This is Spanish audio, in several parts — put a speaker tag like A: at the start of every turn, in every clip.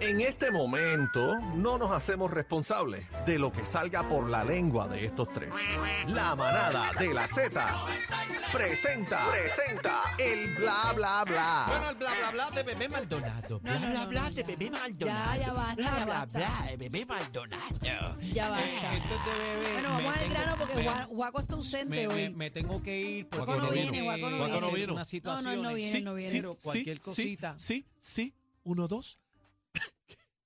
A: En este momento no nos hacemos responsables de lo que salga por la lengua de estos tres. La manada de la Z presenta, presenta el bla bla
B: Bueno,
A: bla.
B: el bla bla bla de bebé Maldonado. Bla
C: no, no,
B: bla
C: no,
B: bla
C: no,
B: de
C: no.
B: bebé Maldonado.
C: Ya, ya basta,
B: Bla
C: ya
B: bla
C: basta.
B: bla de bebé Maldonado.
C: Ya basta.
B: Eh, esto es de bebé. Me
C: Bueno, vamos al
B: tengo-
C: grano porque
B: me-
C: Gua- Guaco está ausente
B: me, me-
C: hoy.
B: me tengo que ir porque
C: Guaco no
B: tengo
C: viene,
B: que
C: Guaco no
B: hacer unas
C: viene. No, no, él no
B: situaciones.
C: viene.
B: Sí,
C: no
B: pero cualquier cosita.
D: Sí, sí, uno, dos.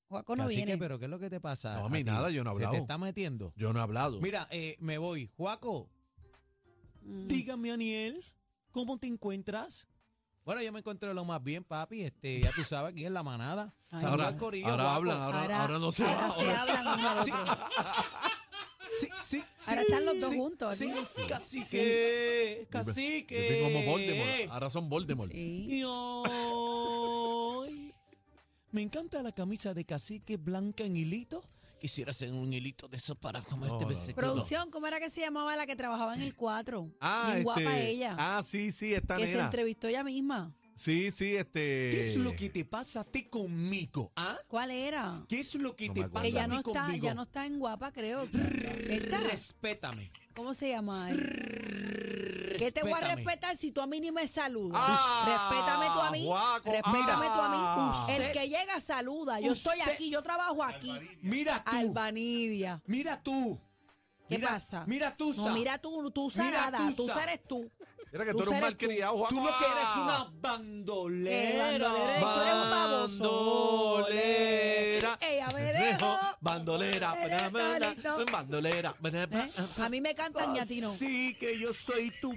C: Guaco no
B: Así
C: viene.
B: que, pero ¿qué es lo que te pasa?
D: No, a mí
B: ti?
D: nada, yo no he
B: ¿Se
D: hablado.
B: te está metiendo?
D: Yo no he hablado.
B: Mira, eh, me voy. Juaco,
C: Mm.
B: dígame, Aniel, ¿cómo te encuentras? Bueno, yo me encuentro lo más bien, papi. Este, ya tú sabes, aquí en la manada.
C: Ay,
B: Saludos al corillo,
D: ahora
B: Guaco.
D: hablan, ahora, ahora no se
C: ahora
D: va.
C: se
D: ahora-
C: hablan uno al otro.
B: Sí, sí, sí,
C: Ahora están los dos
B: sí,
C: juntos,
B: Sí,
C: ¿no?
B: cacique,
D: Yo
B: cacique.
D: estoy como Voldemort. Ah. Ahora son Voldemort.
C: Sí.
B: Y hoy me encanta la camisa de cacique blanca en hilito. Quisiera hacer un hilito de esos para comerte
D: No, no.
B: veces.
C: Producción, ¿cómo era que se llamaba la que trabajaba en el 4?
D: Ah,
C: Bien
D: este,
C: guapa ella.
D: Ah, sí, sí, esta
C: que se
D: nena.
C: entrevistó ella misma.
D: Sí, sí, este.
B: ¿Qué es lo que te pasa a ti conmigo? ¿Ah?
C: ¿Cuál era?
B: ¿Qué es lo que
D: No
B: te
D: me acuerdo.
B: pasa
C: Ella
B: a ti
C: no está,
B: conmigo?
C: ya no está en guapa, creo. ¿Está?
B: Respétame.
C: ¿Cómo se llama? ¿Qué te voy a
B: respétame.
C: respetar si tú a mí ni me saludas?
D: Ah,
C: respétame tú a mí.
D: guaco,
C: respétame
D: ah.
C: tú a mí. El
B: Usted-
C: que llega saluda. Yo estoy
B: usted-
C: aquí, yo trabajo aquí.
B: Mira tú.
C: Albanidia.
B: Mira tú.
C: ¿Qué
B: Mira-
C: pasa?
B: Mira tú.
C: No, mira tú, tú
B: Mira
C: sarada, tú
B: Tusa.
C: eres tú.
D: Mira que
C: tú
D: tú eres un
C: eres
D: malcriado, Juan.
B: Tú lo que eres una bandolera.
C: Qué bandolera, tú eres un baboso.
D: Bandolera.
C: Ella me dejó.
D: Bandolera.
C: Me dejó solito.
D: Bandolera.
C: ¿Eh? A mí me cantan y a ti no.
B: Sí, que yo soy tu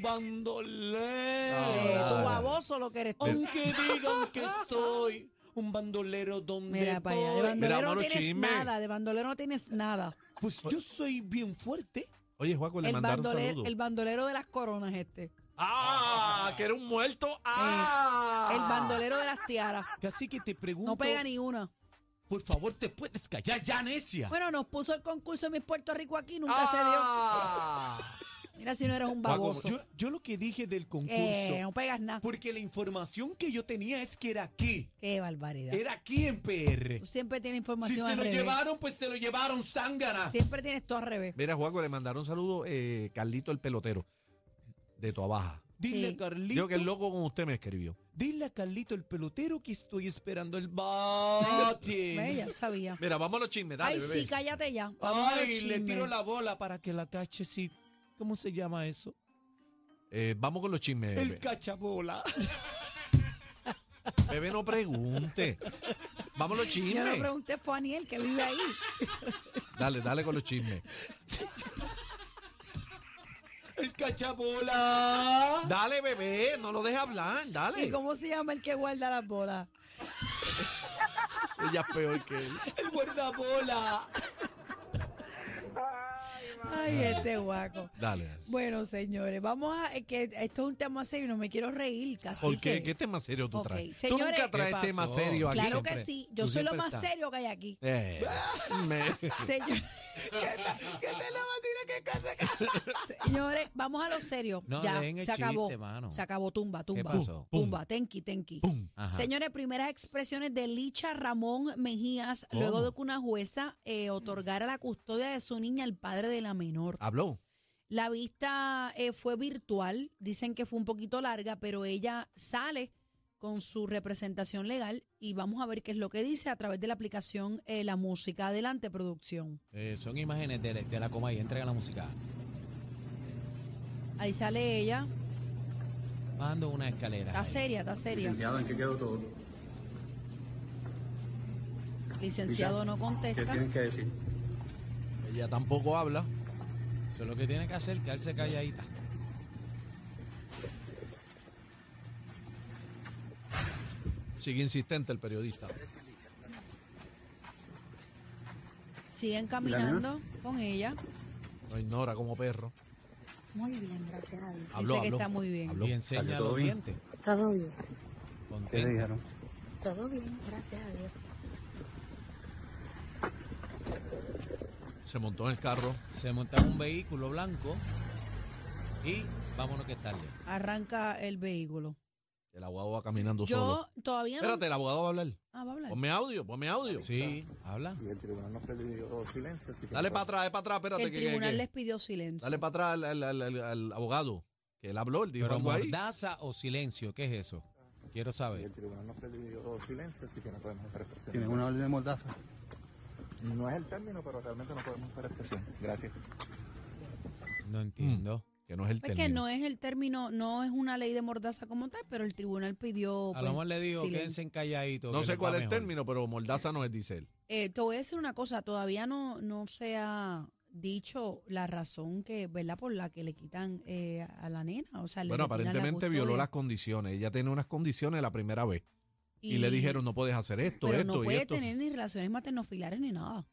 C: Eh,
B: bandolera.
C: tu baboso lo que eres tú.
B: Aunque digan que soy un bandolero donde
C: Mira para allá, de
B: voy,
D: Mira,
C: bandolero no
D: malo
C: tienes
D: chisme.
C: nada, de bandolero no tienes nada.
B: pues yo soy bien fuerte.
D: Oye, Juaco, le
C: El
D: mandaron
C: bandolero,
D: saludos.
C: el bandolero de las coronas este.
D: ¡Ah! Que era un muerto. ¡Ah!
C: El bandolero de las tiaras.
B: Así que te pregunto,
C: No pega ni una.
B: por favor, ¿te puedes callar ya, necia?
C: Bueno, nos puso el concurso de Mis Puerto Rico aquí, nunca
D: ¡Ah!
C: se dio. Mira si no eres un
B: Guaco,
C: baboso.
B: yo, yo lo que dije del concurso,
C: Eh, no pegas nada.
B: porque la información que yo tenía es que era aquí.
C: Qué barbaridad.
B: Era aquí en PR.
C: Tú siempre tienes
B: Si
C: información
B: se
C: al
B: lo
C: revés.
B: llevaron, pues se lo llevaron, zángana.
C: Siempre tienes todo al revés.
D: Mira, Juaco, le mandaron saludos eh, Carlito el pelotero de tu abaja.
B: Dile
C: Sí.
B: a Carlito.
D: Digo que el loco con usted me escribió.
B: Dile a Carlito el pelotero que estoy esperando el bate.
C: Ve, ya sabía.
D: Mira, vamos a los chismes, dale,
C: Ay,
D: bebé.
C: sí, cállate ya. Vamos a los
B: Ay, le
C: chismes.
B: tiro la bola para que la cache, sí. ¿Cómo se llama eso?
D: Eh, vamos con los chismes,
B: El
D: bebé.
B: cachabola.
D: Bebé, no pregunte. Vamos a los
C: Yo le
D: chismes.
C: pregunté fue a Aniel que vive ahí.
D: Dale, dale con los chismes.
B: El cachabola.
D: Dale, bebé, no lo dejes hablar,
C: ¿Y
D: dale.
C: cómo se llama el que guarda las bolas?
D: Ella es peor que él.
B: El guardabola.
C: Ay,
D: Ah.
C: este guaco.
D: Dale, dale.
C: Bueno, señores, vamos a. es que esto es un tema serio, no me quiero reír casi.
D: ¿Por qué? ¿Qué tema serio tú
C: Ok,
D: traes? tú
C: señores-
D: nunca traes
B: ¿Qué
D: tema
B: pasó?
D: serio aquí.
C: Claro que
D: siempre.
C: sí, yo
D: Tú
C: soy lo
D: siempre
C: más
D: estás-
C: serio que hay aquí.
D: Eh, me-
C: Señor- Señores, vamos a lo serio.
B: No,
C: ya,
B: dejen el
C: se acabó.
B: chiste, mano.
C: Se acabó, tumba, tumba.
B: pasó?
C: Tumba, tenki, tenki.
D: Pum.
B: Ajá.
C: Señores, primeras expresiones de Licha Ramón Mejías, luego de que una jueza eh, otorgara la custodia de su niña al padre de la menor.
D: Habló.
C: La vista eh, fue virtual, dicen que fue un poquito larga, pero ella sale con su representación legal y vamos a ver qué es lo que dice a través de la aplicación eh, La Música. Adelante, producción.
B: Eh, son imágenes de, de la coma y entrega la música.
C: Ahí sale ella.
B: Bajando una escalera.
C: Está
B: Ahí.
C: seria, está seria.
E: Licenciado, ¿en qué quedó todo?
C: Licenciado no
E: ¿Qué
C: contesta.
E: tienen que decir?
D: Ella tampoco habla.
B: Eso es lo que tiene que hacer, quedarse calladita.
D: Sigue insistente el periodista.
C: Siguen caminando con ella.
D: No ignora como perro.
F: Muy bien, gracias a Dios.
D: Habló,
C: Dice que
D: habló,
C: está muy bien.
D: habló.
B: Y enseña
E: ¿Salió todo
B: los
E: bien?
B: dientes.
F: Todo bien,
E: ¿Qué le
B: Contenta.
E: dijeron?
F: todo bien, gracias a Dios.
D: Se montó en el carro.
B: Se monta en un vehículo blanco y vámonos que es tarde.
C: Arranca el vehículo.
D: El abogado va caminando solo.
C: Yo todavía no.
D: Espérate, el abogado va a hablar.
C: Ah, va a hablar.
D: Ponme audio, ponme audio.
B: Sí,
D: Ah.
B: habla.
E: Y el tribunal nos pidió silencio. Así que
D: Dale para atrás, para atrás,
C: Que
D: espérate.
C: el
D: que- que-
C: tribunal
D: que-
C: les pidió silencio.
D: Dale para atrás al, al- al- al- al abogado. Que él habló, él dijo
B: Pero
D: algo ahí.
B: mordaza o silencio, ¿qué es eso? Quiero
E: Y
B: saber.
E: el tribunal nos pidió silencio, así que no podemos hacer expresión.
G: Tienes una orden de mordaza.
E: No es el término, pero realmente no podemos hacer expresión. Gracias.
B: No entiendo.
D: Mm. Que no es el
C: Pues que
D: término.
C: no es el término, no es una ley de mordaza como tal, pero el tribunal pidió.
B: A
C: pues,
B: lo mejor le digo,
C: silencio.
B: quédense encalladitos.
D: Mm. No
B: que
D: sé
B: les va
D: cuál es el
B: mejor.
D: término, pero Mordaza no es, dice él.
C: Eh, te voy a decir una cosa, todavía no, no se ha dicho la razón que, ¿verdad? Por la que le quitan eh, a la nena. O sea, le
D: Bueno,
C: retiran la
D: aparentemente violó
C: custodia.
D: las condiciones. Ella tiene unas condiciones la primera vez. Y, le dijeron, no puedes hacer esto,
C: pero
D: esto
C: no
D: y
C: puede
D: esto.
C: tener ni relaciones maternofilares ni nada.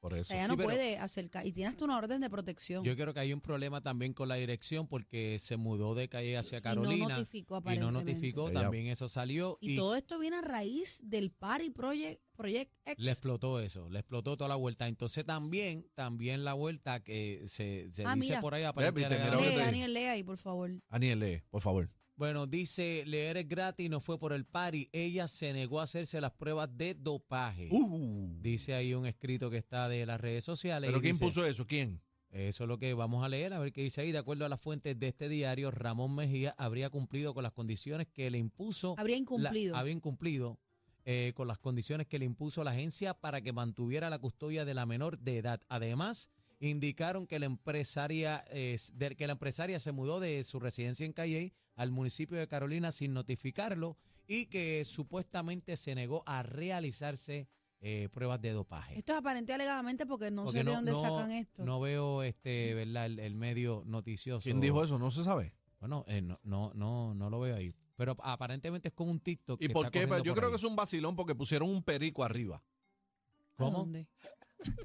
C: O
D: Por eso.
C: sea, ella
B: Sí,
C: no
B: pero-
C: puede acercar. Y tiene hasta una orden de protección.
B: Yo creo que hay un problema también con la dirección porque se mudó de calle hacia Carolina.
C: y no notificó
B: y no
C: aparentemente.
B: notificó,
D: Ella-
B: también eso salió
C: Y
B: y,
C: todo esto viene a raíz del Party Project, Project X.
B: le explotó eso, le explotó toda la vuelta. Entonces también, también la vuelta que se, se
C: Ah,
B: dice
C: mira.
B: por ahí
D: viste,
B: aparentemente.
D: mira lo que
C: Lee,
D: te-
C: Daniel, lee ahí, por favor.
D: Aniel, lee, por favor.
B: Bueno, dice, leer es gratis, no fue por el party. Ella se negó a hacerse las pruebas de dopaje.
D: Uh,
B: Dice ahí un escrito que está de las redes sociales.
D: ¿Pero
B: y
D: quién
B: dice-
D: puso eso? ¿Quién?
B: Eso es lo que vamos a leer, a ver qué dice ahí. De acuerdo a las fuentes de este diario, Ramón Mejía habría cumplido con las condiciones que le impuso.
C: Habría
B: la-
C: incumplido.
B: había incumplido eh, con las condiciones que le impuso la agencia para que mantuviera la custodia de la menor de edad. Además, indicaron que la empresaria, eh, de- que la empresaria se mudó de su residencia en Calle al municipio de Carolina sin notificarlo y que supuestamente se negó a realizarse eh, pruebas de dopaje.
C: Esto es aparente y alegadamente porque no
B: Porque
C: sé de dónde sacan esto.
B: no veo este, ¿verdad? El, el medio noticioso.
D: ¿Quién dijo eso? No se sabe.
B: Bueno, eh, no, no, no, no lo veo ahí. Pero aparentemente es con un TikTok.
D: ¿Y
B: que
D: por
B: está
D: qué?
B: corriendo
D: Yo
B: por
D: creo
B: ahí.
D: que es un vacilón porque pusieron un perico arriba.
C: ¿A
B: ¿Cómo?
C: dónde?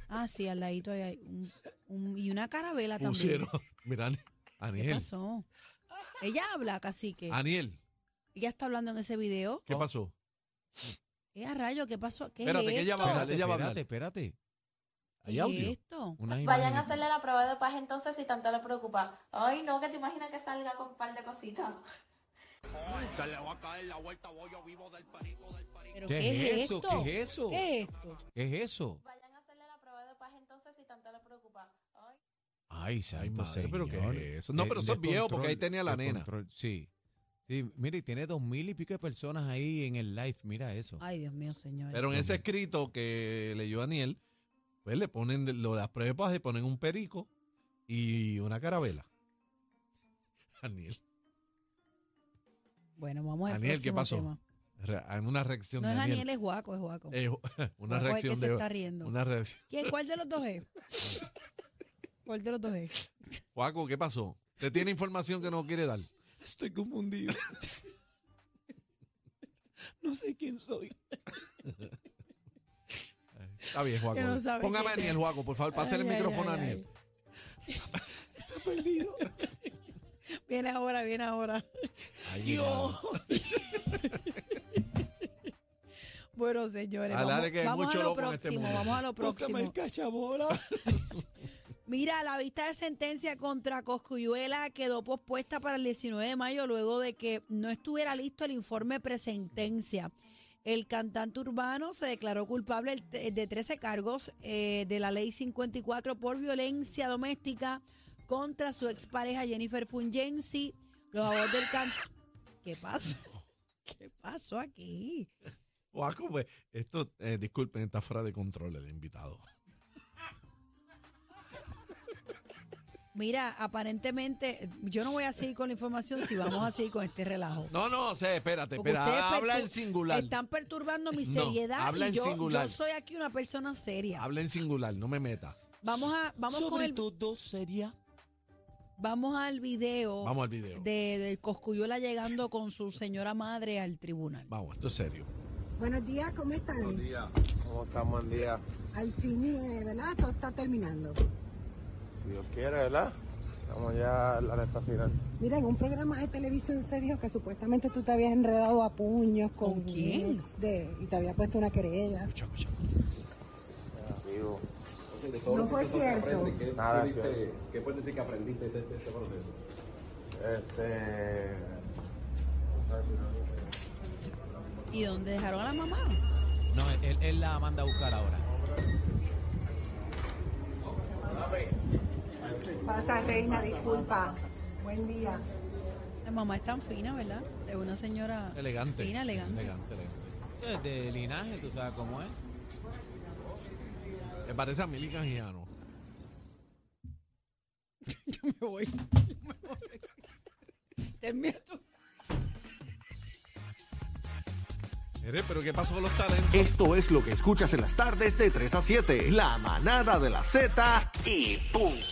C: Ah, sí, al ladito ahí hay un, un- y una carabela
D: Pusieron.
C: Ah, también.
D: Mira,
C: ¿Qué
D: Aniel.
C: pasó? Ella habla, cacique.
D: Aniel,
C: Ella está hablando en ese video.
D: ¿qué
B: Oh.
D: pasó?
C: ¿Qué a rayo? ¿Qué pasó? ¿Qué
D: Espérate,
C: es
D: que ella va a
C: esto?
D: hablar. Ella va a hablar.
B: Espérate, espérate.
C: ¿Qué
D: ¿Hay
C: es
D: audio?
C: esto?
B: Unas
H: Vayan a
B: imágenes.
H: hacerle la prueba de paz entonces si tanto le preocupa. Ay, no, que te imaginas que salga con un par de cositas.
C: ¿Pero
B: ¿Qué, es eso?
C: esto?
B: ¿Qué es eso?
C: ¿Qué es esto?
B: ¿Qué es eso?
H: Vayan a hacerle la prueba de paz entonces si tanto le preocupa. Ay.
B: Ay,
D: Ay,
B: santo
D: madre,
B: señor.
D: pero ¿qué es eso? No,
B: De-
D: pero eso es
B: descontrol,
D: viejo porque ahí tenía la nena.
B: descontrol, Sí. Sí, mira, y tiene dos mil y pico de personas ahí en el live. Mira eso.
C: Ay, Dios mío, señor.
D: Pero en ese escrito que leyó Aniel, pues le ponen de- lo de las pruebas, le ponen un perico y una carabela. Aniel,
C: bueno, vamos al
D: Daniel, ¿qué
C: próximo
D: pasó?
C: tema.
D: re- en una reacción
C: No
D: de
C: es
D: Aniel.
C: Daniel, es Guaco, es Guaco.
D: Eh,
C: Guaco
D: una
C: es el
D: reacción
C: que se está
D: de
C: riendo.
D: una reacción.
C: ¿Quién- ¿Cuál de los dos es? ¿Cuál de los dos es?
D: Juaco, ¿qué pasó? ¿Te tiene información que no quiere dar?
B: Estoy confundido. no sé quién soy.
D: Está bien, Juaco.
C: Que no sabe
D: Póngame a
C: quién es.
D: Aniel, Juaco, por favor, pásale el
C: Ay, ay,
D: micrófono
C: ay,
D: a Aniel.
C: Está perdido. Viene ahora, viene ahora.
D: Ay,
C: Dios. bueno, señores,
D: Ah, dale,
C: vamos,
D: que hay
C: vamos
D: mucho
C: a lo
D: loco en este
C: próximo,
D: mundo.
C: vamos a lo próximo.
B: cachabola.
C: Mira, la vista de sentencia contra Coscuyuela quedó pospuesta para el 19 de mayo luego de que no estuviera listo el informe presentencia. El cantante urbano se declaró culpable el te- de 13 cargos eh, de la ley 54 por violencia doméstica contra su expareja Jennifer Fungensi. Los abogados del cantante... ¿Qué pasó? ¿Qué pasó aquí?
D: Juaco, pues, esto, eh, disculpen, está fuera de control el invitado.
C: Mira, aparentemente, yo no voy a seguir con la información si vamos a seguir con este relajo.
D: No, no, o sea, espérate,
C: Porque
D: espera,
C: ustedes pues,
D: habla
C: pertur-
D: en singular.
C: Están perturbando mi
D: No,
C: seriedad.
D: habla
C: y
D: en
C: yo,
D: singular.
C: yo soy aquí una persona seria.
D: Habla en singular, no me meta.
C: Vamos a, vamos con
B: Sobre
C: el,
B: todo sería.
C: vamos al video
D: Vamos al video.
C: de, de Coscuyola llegando con su señora madre al tribunal.
D: Vamos, esto es serio.
I: Buenos días, ¿cómo están?
E: días. ¿Cómo están? Buen día.
I: Al fin, eh, ¿verdad? Todo está terminando.
E: Si Dios quiere, ¿verdad? Estamos ya a la recta final.
I: Mira, en un programa de televisión se dijo que supuestamente tú te habías enredado a puños con,
C: ¿Con quién?
I: un ex de- y te había puesto una querella.
D: Escucha, escucha.
E: Digo,
I: No fue cierto.
E: nada, señor.
G: ¿Qué puedes decir que este aprendiste de este proceso?
E: este...
C: ¿Y dónde dejaron a la mamá?
B: No, él, él la manda a buscar ahora.
I: Pasa, reina, disculpa. Buen día.
C: La mamá es tan fina, ¿verdad? Es una señora
D: Elegante.
C: fina, elegante.
D: Elegante, elegante.
B: Eso es de linaje, tú sabes cómo es.
D: Me parece a Mili Canjiano.
C: Yo me voy. Yo me voy. Te miento.
D: Mire, pero ¿qué pasó con los talentos?
A: Esto es lo que escuchas en las tardes de 3 a 7. La manada de la Z y punto.